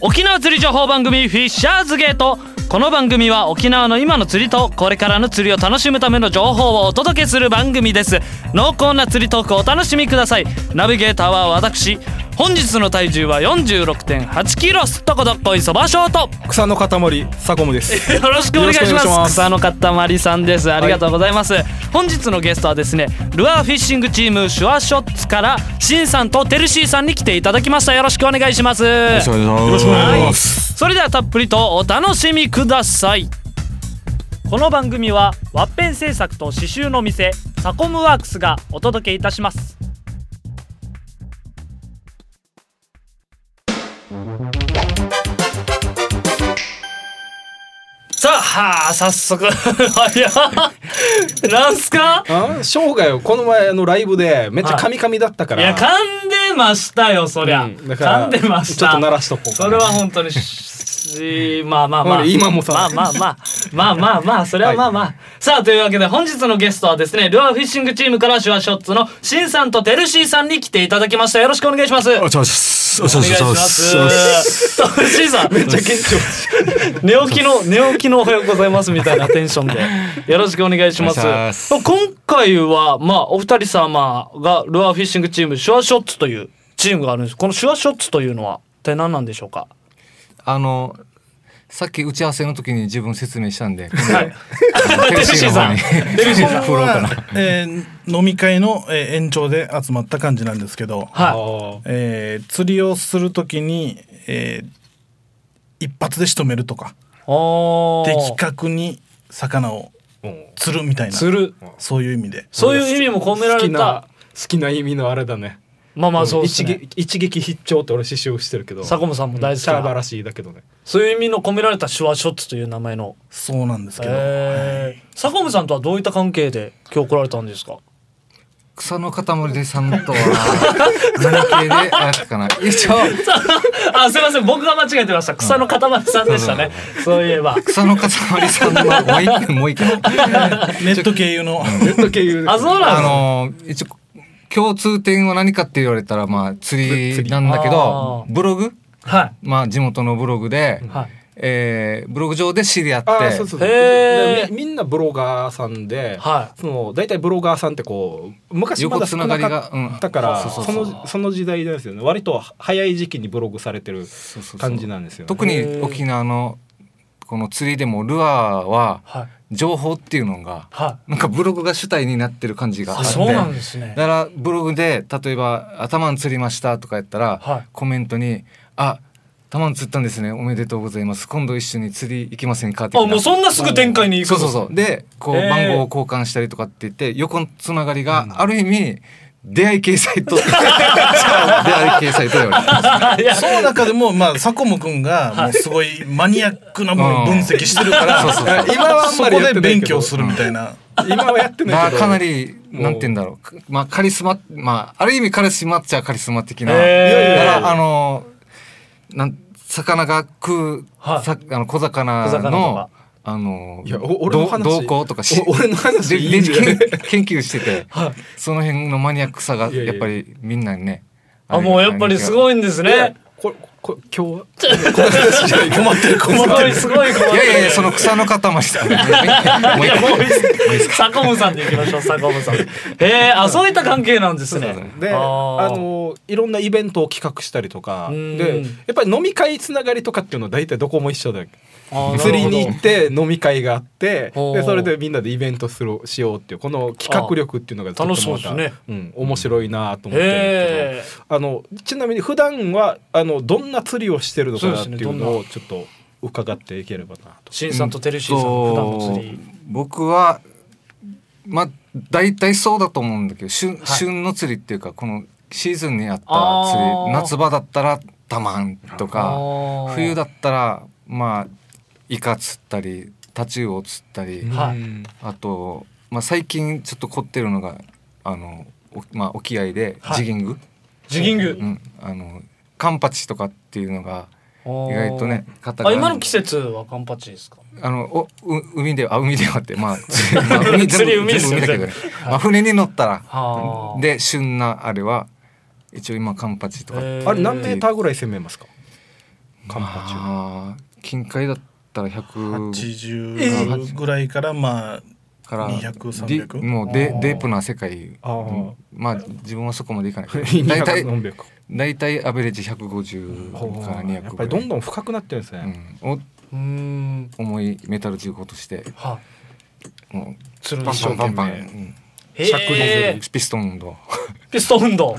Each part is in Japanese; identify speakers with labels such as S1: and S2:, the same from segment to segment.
S1: 沖縄釣り情報番組フィッシャーズゲートこの番組は沖縄の今の釣りとこれからの釣りを楽しむための情報をお届けする番組です濃厚な釣りトークをお楽しみくださいナビゲーターは私本日の体重は46.8キロすっとこどっこいそばショート
S2: 草の塊サコムです
S1: よろしくお願いします
S2: よろしくお願いします
S1: 草のかたまりさんですありがとうございます、本日のゲストはですねルアーフィッシングチームシュアショッツからシンさんとテルシーさんに来ていただきましたよろしくお願いします
S2: よろしくお願いします
S1: それではたっぷりとお楽しみくださいこの番組はワッペン製作と刺繍の店サコムワークスがお届けいたしますさあはあ早速 早っなんすか
S2: あ生涯をこの前のライブでめっちゃカミカミだったか
S1: い
S2: ら、
S1: や噛んでましたよそりゃ、
S2: うんだから
S1: 噛んでました
S2: ちょっと鳴らしとこうか
S1: そ
S2: な
S1: れは本当にしまあまあま
S2: ほ
S1: あ
S2: ら今もさ
S1: まあまあまあまあまあまあそれはまあまあ、さあというわけで本日のゲストはですねルアーフィッシングチームからシュワショッツのシンさんとテルシーさんに来ていただきましたよろしくお願いしますお願いし
S3: お願いします。お願いし
S1: ま
S3: ます。お願いします
S1: すテルシーさんめっちゃ緊張寝起きの寝起きのおはようございますみたいなテンションでよろしくお願いします
S3: お願いします
S1: 今回はまあお二人様がルアーフィッシングチームシュワショッツというチームがあるんですこのシュワショッツというのは一体何なんでしょうか
S4: あのさっき打ち合わせの時に自分説明したん
S1: は
S4: で、
S1: い
S4: テ
S1: テルシーさん
S4: テルシーさん振ろうかな。
S5: えー飲み会の、えー延長で集まった感じなんですけど、
S1: はい
S5: えー釣りをするときに、えー一発で仕留めるとか
S1: おー
S5: 的確に魚を釣るみたいな
S1: する
S5: そういう意味で
S1: そういう意味も込めら
S2: 好
S1: れ
S2: きな
S1: た
S2: 好きな意味のあれだね
S1: まあまあそうです
S2: 一
S1: ね
S2: 撃一撃必聴って俺刺繍してるけど
S1: 佐久間さんも大好き
S2: シャーバ
S1: な
S2: らしいだけどね
S1: そういう意味の込められた手話ショッツという名前の
S5: そうなんですけど、
S1: えー佐久間さんとはどういった関係で今日来られたんですか
S4: 草の塊でさんとは 何系であれかな。一応
S1: あすいません僕が間違えてました草の塊さんでしたねそういえば
S4: 草の塊さんのもう一回もう 一回。
S5: ネット経由の
S2: ネット経由で
S1: あそうなん
S4: あ
S1: で
S4: の一応共通点は何かって言われたらまあ釣りなんだけ
S1: あ
S4: ど
S1: ー
S4: ブログ
S1: すは
S4: まあ地元のブログで
S1: い、はい
S4: えーブログ上で知り合って
S2: あーそうそうそう
S1: へー
S2: でみみんなブロガーさんで、
S1: は
S2: その大体ブロガーさんってこう昔まだ少な
S4: 横つながりがう
S2: か
S4: ん
S2: ったから、
S4: そうそう
S2: そ
S4: そう
S2: のその時代ですよね割と早い時期にブログされてる
S4: そうそうそう
S2: 感じなんですよ、ね、
S4: 特に沖縄のこの釣りでもルアーは
S1: はい
S4: 情報っていうのが
S1: は
S4: なんかブログが主体になってる感じがあ
S1: あ
S4: って
S1: そうなんですね
S4: だからブログで例えば「あ玉に釣りました」とかやったら、
S1: はい
S4: コメントに「あ玉に釣ったんですねおめでとうございます今度一緒に釣り行きませんか」って
S1: あもうそんなすぐ展開に行く
S4: そうそうそうでこう
S1: へー
S4: 番号を交換したりとかって言って横のつながりがある意味出会い系サイ ト出会い系サイトだよ ね。
S1: いや
S5: その中でもまあ佐久間君がもうすごいマニアックなものを分析してるから、
S4: うんそうそう
S2: そう今はあん
S5: そ
S2: ま
S5: こ
S2: りやってないけど
S5: で勉強するみたいな、
S2: 今はやってな
S4: ま
S2: い
S4: あ
S2: けど
S4: かなり
S2: もう
S4: なんて言うんだろうかまあカリスマまあある意味カリスマっちゃカリスマ的な、
S1: へー
S4: だからあのなん魚が食う、
S1: はい
S4: さあの小魚
S1: 小魚とか
S4: のあの
S2: いやお俺の話
S4: どう動向とかし
S2: お俺の話
S4: で
S2: いいん
S4: で
S2: じゃない
S4: 研研究してて、その辺のマニアックさが
S2: いやいや
S4: やっぱりみんなにね
S1: あもうやっぱりす
S4: い
S1: ごいんですね
S2: これこれ 今日は
S5: 困 ってる困
S1: す
S5: って
S1: ご
S5: る
S1: いすごい困っ
S4: い
S1: て
S4: や
S1: る
S4: いやいやその草の塊さんもう一回
S1: サコムさんで行きましょう、サコムさん。へ え、あ、そういった関係なんですね。
S2: であ
S1: ー、
S2: のいろんなイベントを企画したりとか
S1: うん
S2: でやっぱり飲み会つながりとかっていうのは大体どこも一緒だよ
S1: あー
S2: 釣りに
S1: なる
S2: 行って飲み会があって
S1: おー
S2: でそれでみんなでイベントするしようっていうこの企画力っていうのがとっても
S1: 楽しそうですね
S2: またうん、面白いなと
S1: ほど
S2: 思ってるんだ
S1: へえ。
S2: けどあのちなみに普段はあのどんな釣りをしてるのかなって
S1: そうで
S2: い
S1: すね
S2: うのをちょっと伺っていければなと。
S1: シンさんとテルシーさんの普段の釣
S4: う
S1: り
S4: ん。と僕はまあ大体そうだと思うんだけど旬,、
S1: い
S4: 旬の釣りっていうかこのシーズンにあった
S1: あ
S4: 釣
S1: ー
S4: り夏場だったらタマンと
S1: あ
S4: か
S1: ー
S4: 冬だったらまあイカ釣ったりタチウオ釣ったり、
S1: は
S2: う
S1: い
S2: ん
S4: あと、まあ、最近ちょっと凝ってるのがあの、おまあ、沖合で
S1: はい
S4: ジギング、
S1: ジギング
S4: う。ん、あのカンパチとかっていうのが
S1: 意
S4: 意外とね肩
S1: あ、今の季節はカンパチですか。
S4: あのおう海であ海ではってまあまあ海
S1: 釣り海ですよ
S4: 全部だけどね、まあ、船に乗ったら
S1: はあ
S4: で旬なあれは一応今カンパチとか
S1: へー
S2: あれ何メーターぐらい攻めますかカンパチは。
S4: あー近海だったら100
S5: 80ぐらいからまあ
S4: から
S5: 200 300
S4: ディもう
S2: あ
S4: デ
S2: ー
S4: デープな世界
S2: あー
S4: まあ自分はそこまでいかない けど大
S2: 200
S4: 体
S2: 何百
S4: 大体アベレージ150から200
S2: やっぱりどんどん深くなってるんですね。
S4: うんを
S2: うん。
S4: 重いメタル重工として
S2: は
S4: も
S2: それ
S4: う
S2: を
S4: パン
S2: 一
S4: パ
S2: 生
S4: ンパ
S2: 懸
S4: ンパン、
S2: 命。
S4: う
S1: へー
S4: ん、シャックリズルピストン運動
S1: ピスト運動
S4: お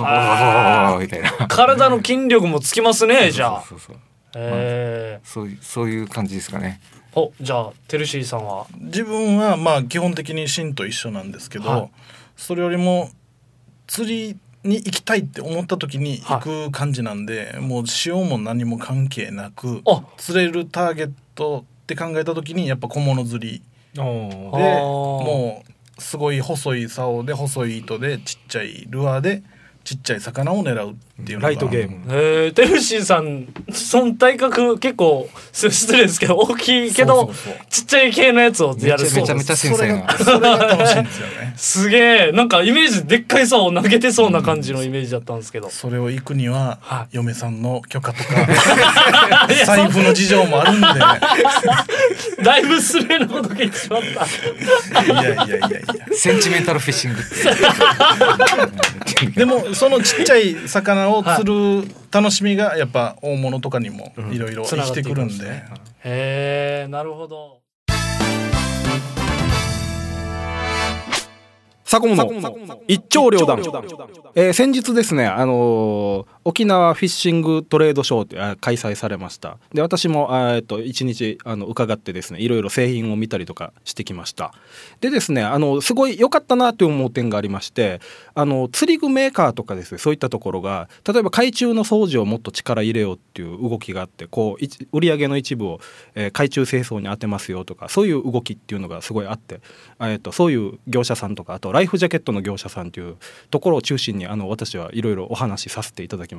S4: ー みたいな
S1: 体の筋力もつきますねじゃあ
S4: そうそうそう
S1: え
S4: そういうそういう感じですかね
S1: ー、おじゃあテルシーさんは
S5: 自分はまあ基本的にシンと一緒なんですけど、
S1: はい
S5: それよりも釣りに行きたいって思った時に行く感じなんで、もう潮も何も関係なく
S1: あ
S5: 釣れるターゲットって考えた時にやっぱ小物釣り
S2: あー
S5: で
S1: あー
S5: もうすごい細い竿で細い糸でちっちゃいルアーでちっちゃい魚を狙うっていうのが
S2: ライトゲーム。
S1: えー、テルシーさんその体格結構す失礼ですけど大きいけど
S5: そうそうそう
S1: ちっちゃい系のやつを
S4: めち
S1: や
S4: ゃ
S1: るそう
S4: めちゃ
S1: で
S4: め
S1: す
S4: ちゃ繊細な
S5: それが楽しいんですよね
S1: すげえなんかイメージでっかい竿を投げてそうな感じのイメージだったんですけど、
S5: それを行くに
S1: は
S5: は嫁さんの許可とか財布の事情もあるんで
S1: だいぶ失礼なこと聞いてしまった
S5: いやいやいやいや
S4: センチメンタルフィッシング
S5: でもそのちっちゃい魚を釣る楽しみがやっぱ大物とかにもいろいろ生きてくるんで、
S1: へえなるほど
S2: サコモの一丁両断。えー先日ですね、あのー沖縄フィッシングトレードショーってあ開催されました。で、私も、あーえっと、一日、あの、伺ってですね、いろいろ製品を見たりとかしてきました。でですね、あの、すごい良かったなという思う点がありまして、あの、釣り具メーカーとかですね、そういったところが、例えば海中の掃除をもっと力入れようっていう動きがあって、こう、一売り上げの一部を、えー海中清掃に当てますよとか、そういう動きっていうのがすごいあって、あえっと、そういう業者さんとか、あとライフジャケットの業者さんというところを中心に、あの、私はいろいろお話しさせていただきました。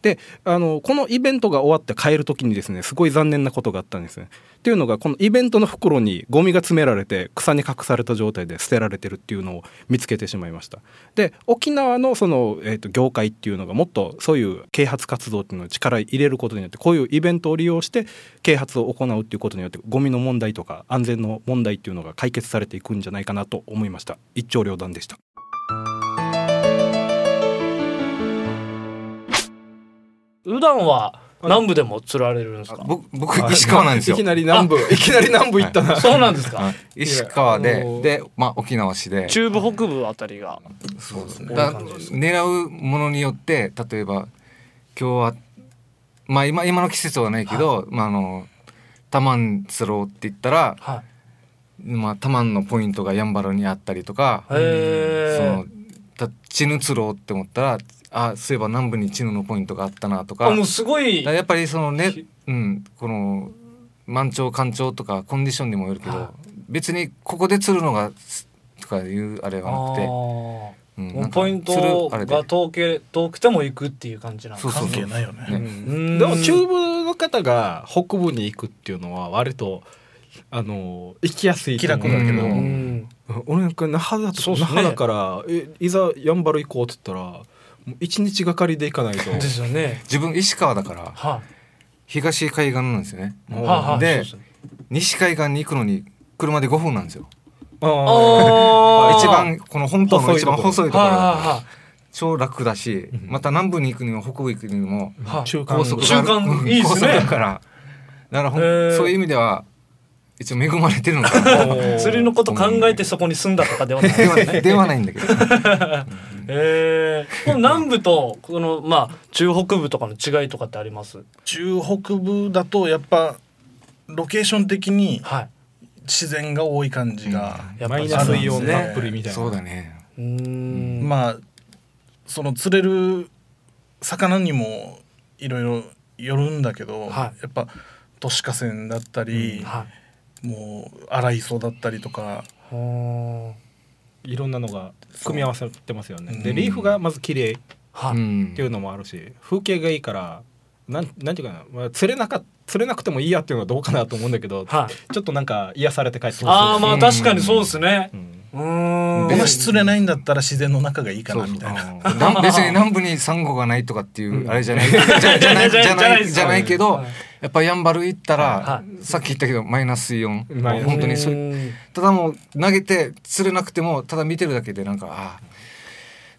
S2: で、あの、このイベントが終わって帰る時にですね、すごい残念なことがあったんですね。っていうのが、このイベントの袋にゴミが詰められて、草に隠された状態で捨てられてるっていうのを見つけてしまいました。で、沖縄のその、えっと、業界っていうのがもっとそういう啓発活動っていうのを力入れることによって、こういうイベントを利用して啓発を行うっていうことによって、ゴミの問題とか安全の問題っていうのが解決されていくんじゃないかなと思いました。一長両断でした。
S1: 普段は南部でも釣られるんですか
S4: 僕僕石川なんですよ
S2: いきなり南部、いきなり南部行ったな。
S1: そうなんですか
S4: はい石川
S1: あのー
S4: ででまあ沖縄市で
S1: 中部北部あたりが
S4: そうです
S1: ね
S4: だ
S1: 多い感じです
S4: 狙うものによって例えば今日はまあ今今の季節はないけど、まああのタマン釣ろうって言ったら、
S1: は
S4: まあタマンのポイントがやんばるにあったりとか、
S1: いへ
S4: そ
S1: え
S4: のたチヌ釣ろうって思ったらあそういえば南部にチヌのポイントがあったなとか
S1: あもうすごい
S4: だからやっぱりそのね
S1: ひ、
S4: うん、この満潮干潮とかコンディションにもよるけど別にここで釣るのがすとかいうあれがなくて、
S1: あー
S4: うんな
S1: もうん
S4: か
S1: ポイン
S4: 釣る
S1: ト
S4: あれで
S1: が遠け遠くても行くっていう感じなんです
S4: そうそう
S5: 関
S4: そう
S5: 係ないよね
S4: ね
S1: うん
S2: でも中部の方が北部に行くっていうのは割とあの行きやすいと思うんだけど、
S4: 気楽だけど
S1: うん
S2: 俺なんか那覇だ
S1: そ
S2: と、
S1: うっす
S2: 那
S1: ね
S2: 覇だからえいざやんばる行こうって言ったらもう一日がかりで行かないと。
S1: ですよね
S4: 自分石川だから
S1: は
S4: 東海岸なんですよね、
S1: いはいはい
S4: で
S1: そうですね
S4: 西海岸に行くのに車で5分なんですよ
S2: あ
S1: あー
S4: 一番この本島の一番細いところ
S1: はいは
S4: 超楽だし
S2: うん
S4: また南部に行くにも北部行くにも
S1: い
S2: ー
S1: はいはい
S2: 中間
S4: 高速がある
S1: 中間いいっすね
S4: 高速だからだからほん
S1: へー
S4: そういう意味では一応恵まれてるのかな
S1: 釣りのこと考えてそこに住んだとかではない
S4: ではないではないんだけど
S1: ええこの南部とこのまあ中北部とかの違いとかってあります
S5: 中北部だとやっぱロケーション的に
S1: はい
S5: 自然が多い感じが、
S1: やっぱ
S2: マイ
S1: り
S2: ナ
S1: あ
S2: ス
S1: る
S2: イオンの
S5: あ
S2: ア
S5: るんですね
S2: プリみたいな。
S4: そうだね
S1: うーん
S5: まあその釣れる魚にもいろいろよるんだけど、
S1: は
S5: やっぱ都市河川だったり、
S1: はい
S5: もう荒磯だったりとか
S1: ほー
S2: いろんなのが組み合わさってますよね。
S5: う
S2: で
S5: ん
S2: リーフがまず綺麗
S1: は
S4: う
S1: い
S4: ん
S2: っていうのもあるし風景がいいからなんなんていうかな、まあ、釣れなか釣れなくてもいいやっていうのはどうかなと思うんだけど、
S1: はい
S2: ちょっとなんか癒されて帰ってほしい
S1: ああまあ
S4: うん
S1: 確かにそうですね
S2: うん
S1: う
S5: こんな失礼ないんだったら自然の中がいいかなみたいな。
S4: な別に南部にサンゴがないとかっていうあれじゃないじゃじゃじゃないじゃないじゃないけどやっぱやんばる行ったらさっき言ったけどマイナスイオン
S2: マイナス
S4: 本当にそうただもう投げて釣れなくてもただ見てるだけでなんかあ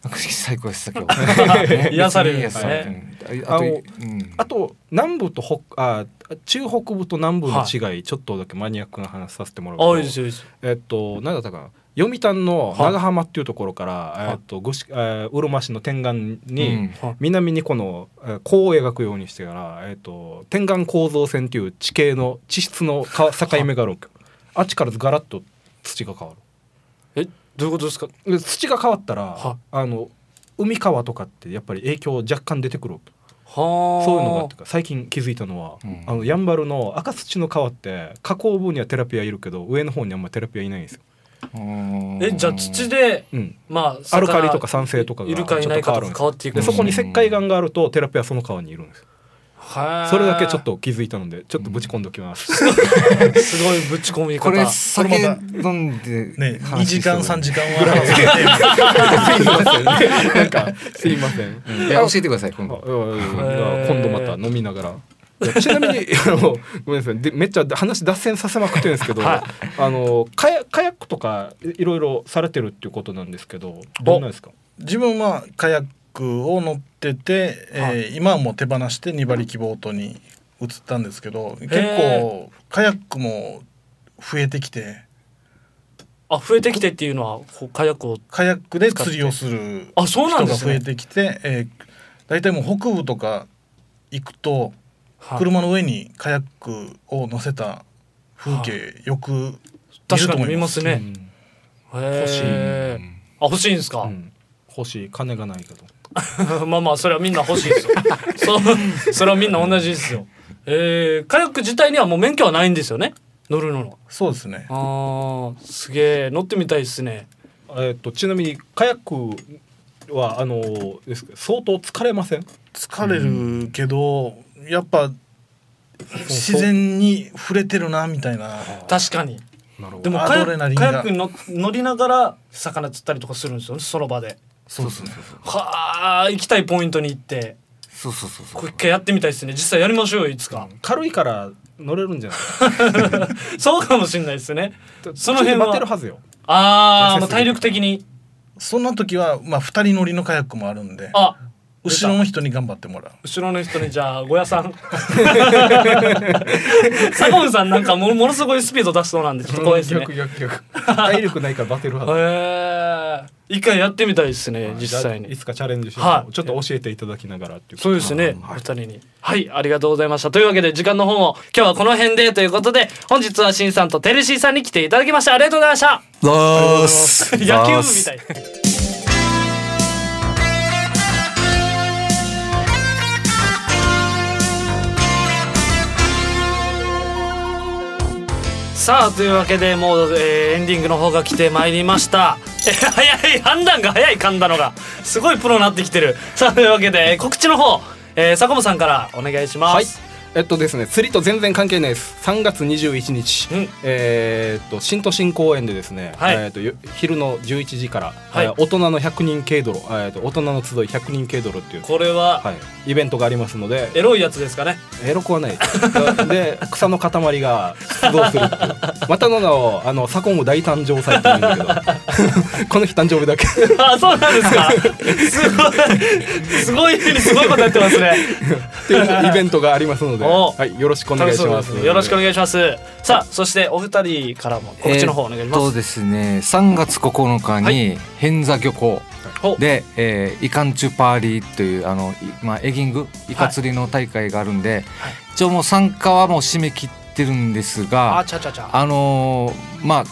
S4: ーなんか最高です今日
S1: 癒されるん
S4: ね
S1: ですね
S4: 別に癒
S2: あ
S4: され
S2: の
S4: るあとうん
S2: あと南部と北あ中北部と南部の違い、ちょっとだけマニアックな話させてもらうと
S1: あいいですよいいですよ
S2: えっと何だったかな読谷の長浜っていうところから、えっとぐしえーうるま市の天岸に、
S4: うん
S2: 南にこのえー弧を描くようにしてから、えー、と天眼構造線っていう地形の地質のか境目があるわけあっちからガラッと土が変わ
S1: えどういうことですか
S2: るで土が変わったら
S1: は
S2: あの海川とかってやっぱり影響若干出てくるわけ
S1: はあ
S2: そういうのがあってか最近気づいたのは、
S4: うん
S2: あのやんばるの赤土の川って河口部にはテラピアいるけど上の方にあんまテラピアいないんですよ、
S4: うん
S1: えじゃあ土で
S2: うん、
S1: まあ
S2: アル
S1: 魚
S2: カリとか酸性とかが
S1: いるかいないかとか
S2: ちょっと変わるんです
S1: 変わっていく
S2: で
S1: ん
S2: そ
S1: です
S2: こに石灰岩があるとテラピアその川にいるんですよ
S1: はあ
S2: それだけちょっと気づいたのでちょっとぶち込んでおき ます、
S1: すごいぶち込み方
S4: これ
S5: こ
S4: 酒
S5: れまた
S4: 飲んで
S5: ね、2
S4: 話し
S5: 時
S4: そう
S5: 間3時 間は
S2: なんかすいません。
S4: いや教えてください今
S2: あ
S4: 度
S2: いやいやいや
S1: へー
S2: 今度また飲みながら。いやちなみに あのごめんなさいでめっちゃ話脱線させまくってるんですけど、あのカヤカヤックとかいいろいろされてるっていうことなんですけど、どうなんですか？
S5: 自分はカヤックを乗ってて、えー今はもう手放して2馬力ボートに移ったんですけど結構カヤックも増えてきて
S1: あ増えてきてっていうのはこう火薬を
S5: カヤックで釣りをする
S1: あそうな
S5: 人
S1: んで
S5: が
S1: す
S5: 増
S1: ね
S5: えてきて、えー大体もう北部とか行くと
S1: はい
S5: 車の上にカヤックを乗せた風景よく見る
S1: 確
S5: と
S1: か
S5: 思
S1: に
S5: い
S1: 見
S5: ま。
S1: ますすね、欲
S2: しい
S1: あ欲しいんです
S2: う
S1: か、
S2: ん、欲しい金がないけど。
S1: まあまあそれはみんな欲しい ですよそそれはみんな同じですよえー、カヤック自体にはもう免許はないんですよね乗るの
S5: そうですね。
S1: はあーすげえ乗ってみたいですね
S2: えっとちなみにカヤックはあのですけど相当疲れません？
S5: 疲れるけど、やっぱ自然に触れてるなみたいな
S1: 確かに
S2: なるほ
S1: で
S2: ど。
S1: も
S5: ア
S1: カヤ
S5: ドレナ
S1: ッ
S5: リ
S1: ク
S5: ンが
S1: カヤックに乗乗りながら魚釣ったりとかするんですよねその場で
S5: そうですね
S1: はあ行きたいポイントに行って
S4: そうそうそうそ
S1: こ
S4: う
S1: れ一回やってみたいですね実際やりましょうよいつか、
S2: 軽いから乗れるんじゃない？
S1: そうかもしれないですねその辺
S2: ちょっと待ってる
S1: は
S2: はずよ。
S1: ああ
S2: 優しすぎる
S1: もう体力的に
S5: そんな時は、まあ、2人乗りのカヤックもあるんで
S1: あ
S5: 後ろの人に頑張ってもらう
S1: 後ろの人にじゃあゴヤさ んサコンさんなんかもものすごいスピード出しそうなんでちょっと怖いですね
S2: 逆逆逆。体力ないからバテるはず
S1: へ。え一回やってみたいですね 実際
S2: じゃあい
S1: に
S2: つかチャレンジして、
S1: はい
S2: ちょっと教えていただきながらっていう
S1: そうですねお二人にはいありがとうございましたというわけで時間の方も今日はこの辺でということで本日はしんさんとテルシーさんに来ていただきましたありがとうございました
S3: どう
S1: 野球部みたいさあというわけでもう、えーエンディングの方が来てまいりましたえ早い判断が早い噛んだのがすごいプロになってきてるさあというわけで告知の方、えー、坂本さんからお願いしま
S2: はい
S1: す、
S2: えっとですね釣りと全然関係ないです3月21日、
S1: うん
S2: えーっと新都心公園でですね、
S1: はい
S2: えーっとよ昼の11時から、
S1: はい
S2: えー大人の100人軽泥、えーっと大人の集い100人軽泥っていう、
S1: これは、
S2: はい、イベントがありますので
S1: エロいやつですかね
S2: エロくはない で草の塊が出動するっていうまたの名をあの左近部大誕生祭って言うんだけど この日誕生日だけ
S1: あ、そうなんですか。すごい、すごい、すごいことやってますね。
S2: っていうイベントがありますので、
S1: お
S2: はい、よろしくお願いし
S1: 楽
S2: ま
S1: し
S2: す。
S1: みですねよろしくお願いします。さあ、そしてお二人からも告知の方お願いしま
S4: そう
S1: す。
S4: ですね3月9日に偏座漁港
S1: ほ
S4: で、えーイカンチュパーリーというあの、いまあ、エギングイカ釣りの大会があるんで、一応もう参加はもう締め切ってるんです
S1: あ、
S4: が
S1: ちゃちゃちゃ。
S4: あのーまあ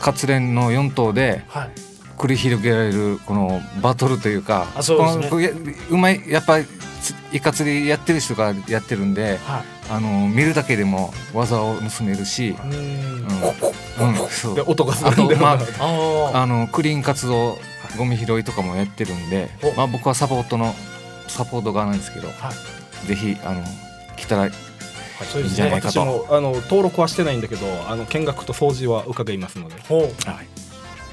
S4: 活連の4頭で
S1: はい。
S4: 繰り広げられるこのバトルというか
S1: あそうですね
S4: このこれうまいやっぱりつイカ釣りやってる人がやってるんで、
S1: は
S4: あのー見るだけでも技を盗める
S1: い。
S4: し、
S1: うーん。
S4: うんうん、そう
S2: で音がする
S4: あ
S2: ん
S4: と
S2: で、
S4: まあ
S1: あ
S4: あのクリーン活動ゴミ拾いとかもやってるんで
S1: お、
S4: まあ、僕はサポートのサポート側なんですけど、
S1: は
S4: ぜひあの来たら
S1: あ、そうで
S4: いいん
S1: す
S4: じゃない
S1: ね。
S4: か
S2: 私
S4: と
S2: もあの登録はしてないんだけど、あの見学と掃除は伺いますので。
S1: ほう。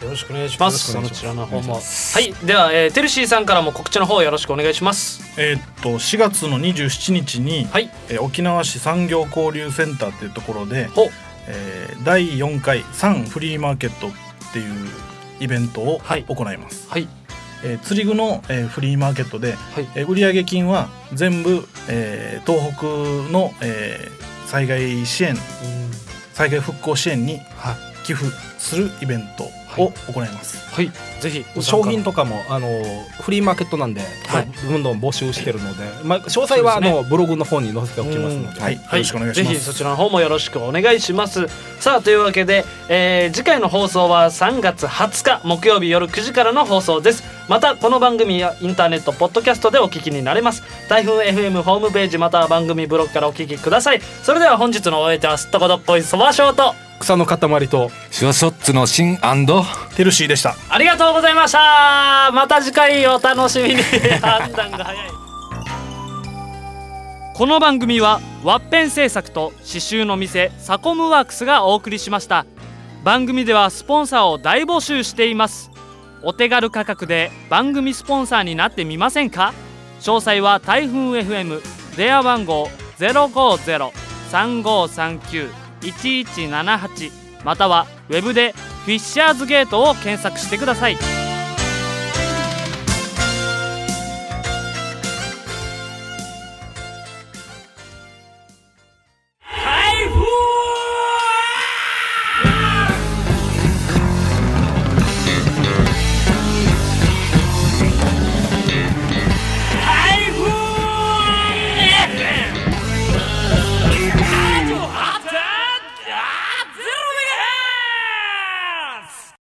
S6: よろしくお願いし
S1: ま
S6: ます
S1: す
S6: そちらの方も
S1: はいでは、えー、テルシーさんからも告知の方よろしくお願いします
S5: えーっと4月の27日に、
S1: はい
S5: えー沖縄市産業交流センターっていうところで、
S1: ほう
S5: えー第4回サンフリーマーケットっていうイベントを
S1: はい
S5: 行います、
S1: はい
S5: えー釣り具の、えーフリーマーケットで、
S1: い
S5: えー売上金は全部、えー東北の、えー災害支援災害復興支援に
S1: は
S5: 寄付するイベントを行います、
S1: はいぜひご参加
S2: 商品とかもあのフリーマーケットなんで、
S1: はい
S2: どんどん募集してるので、まあ、詳細は
S1: そ
S2: あ
S1: うですね
S2: の、ブログの方に載せておきますので、
S5: はい、よろしくお願いしま
S1: ぜ
S5: す、
S1: ひそちらの方もよろしくお願いしますさあというわけで、えー次回の放送は3月20日木曜日夜9時からの放送ですまたこの番組はインターネットポッドキャストでお聞きになれます台風 FM ホームページまたは番組ブログからお聞きくださいそれでは本日のお相手はすっとこどっこいそばショート
S2: 草の塊と
S4: シュワショッツの新
S5: テルシーでした
S1: ありがとうございましたまた次回お楽しみに判断が早いこの番組はワッペン製作と刺繍の店サコムワークスがお送りしました番組ではスポンサーを大募集していますお手軽価格で番組スポンサーになってみませんか詳細は台風 FM 電話番号050-3539-1178またはウェブでフィッシャーズゲートを検索してください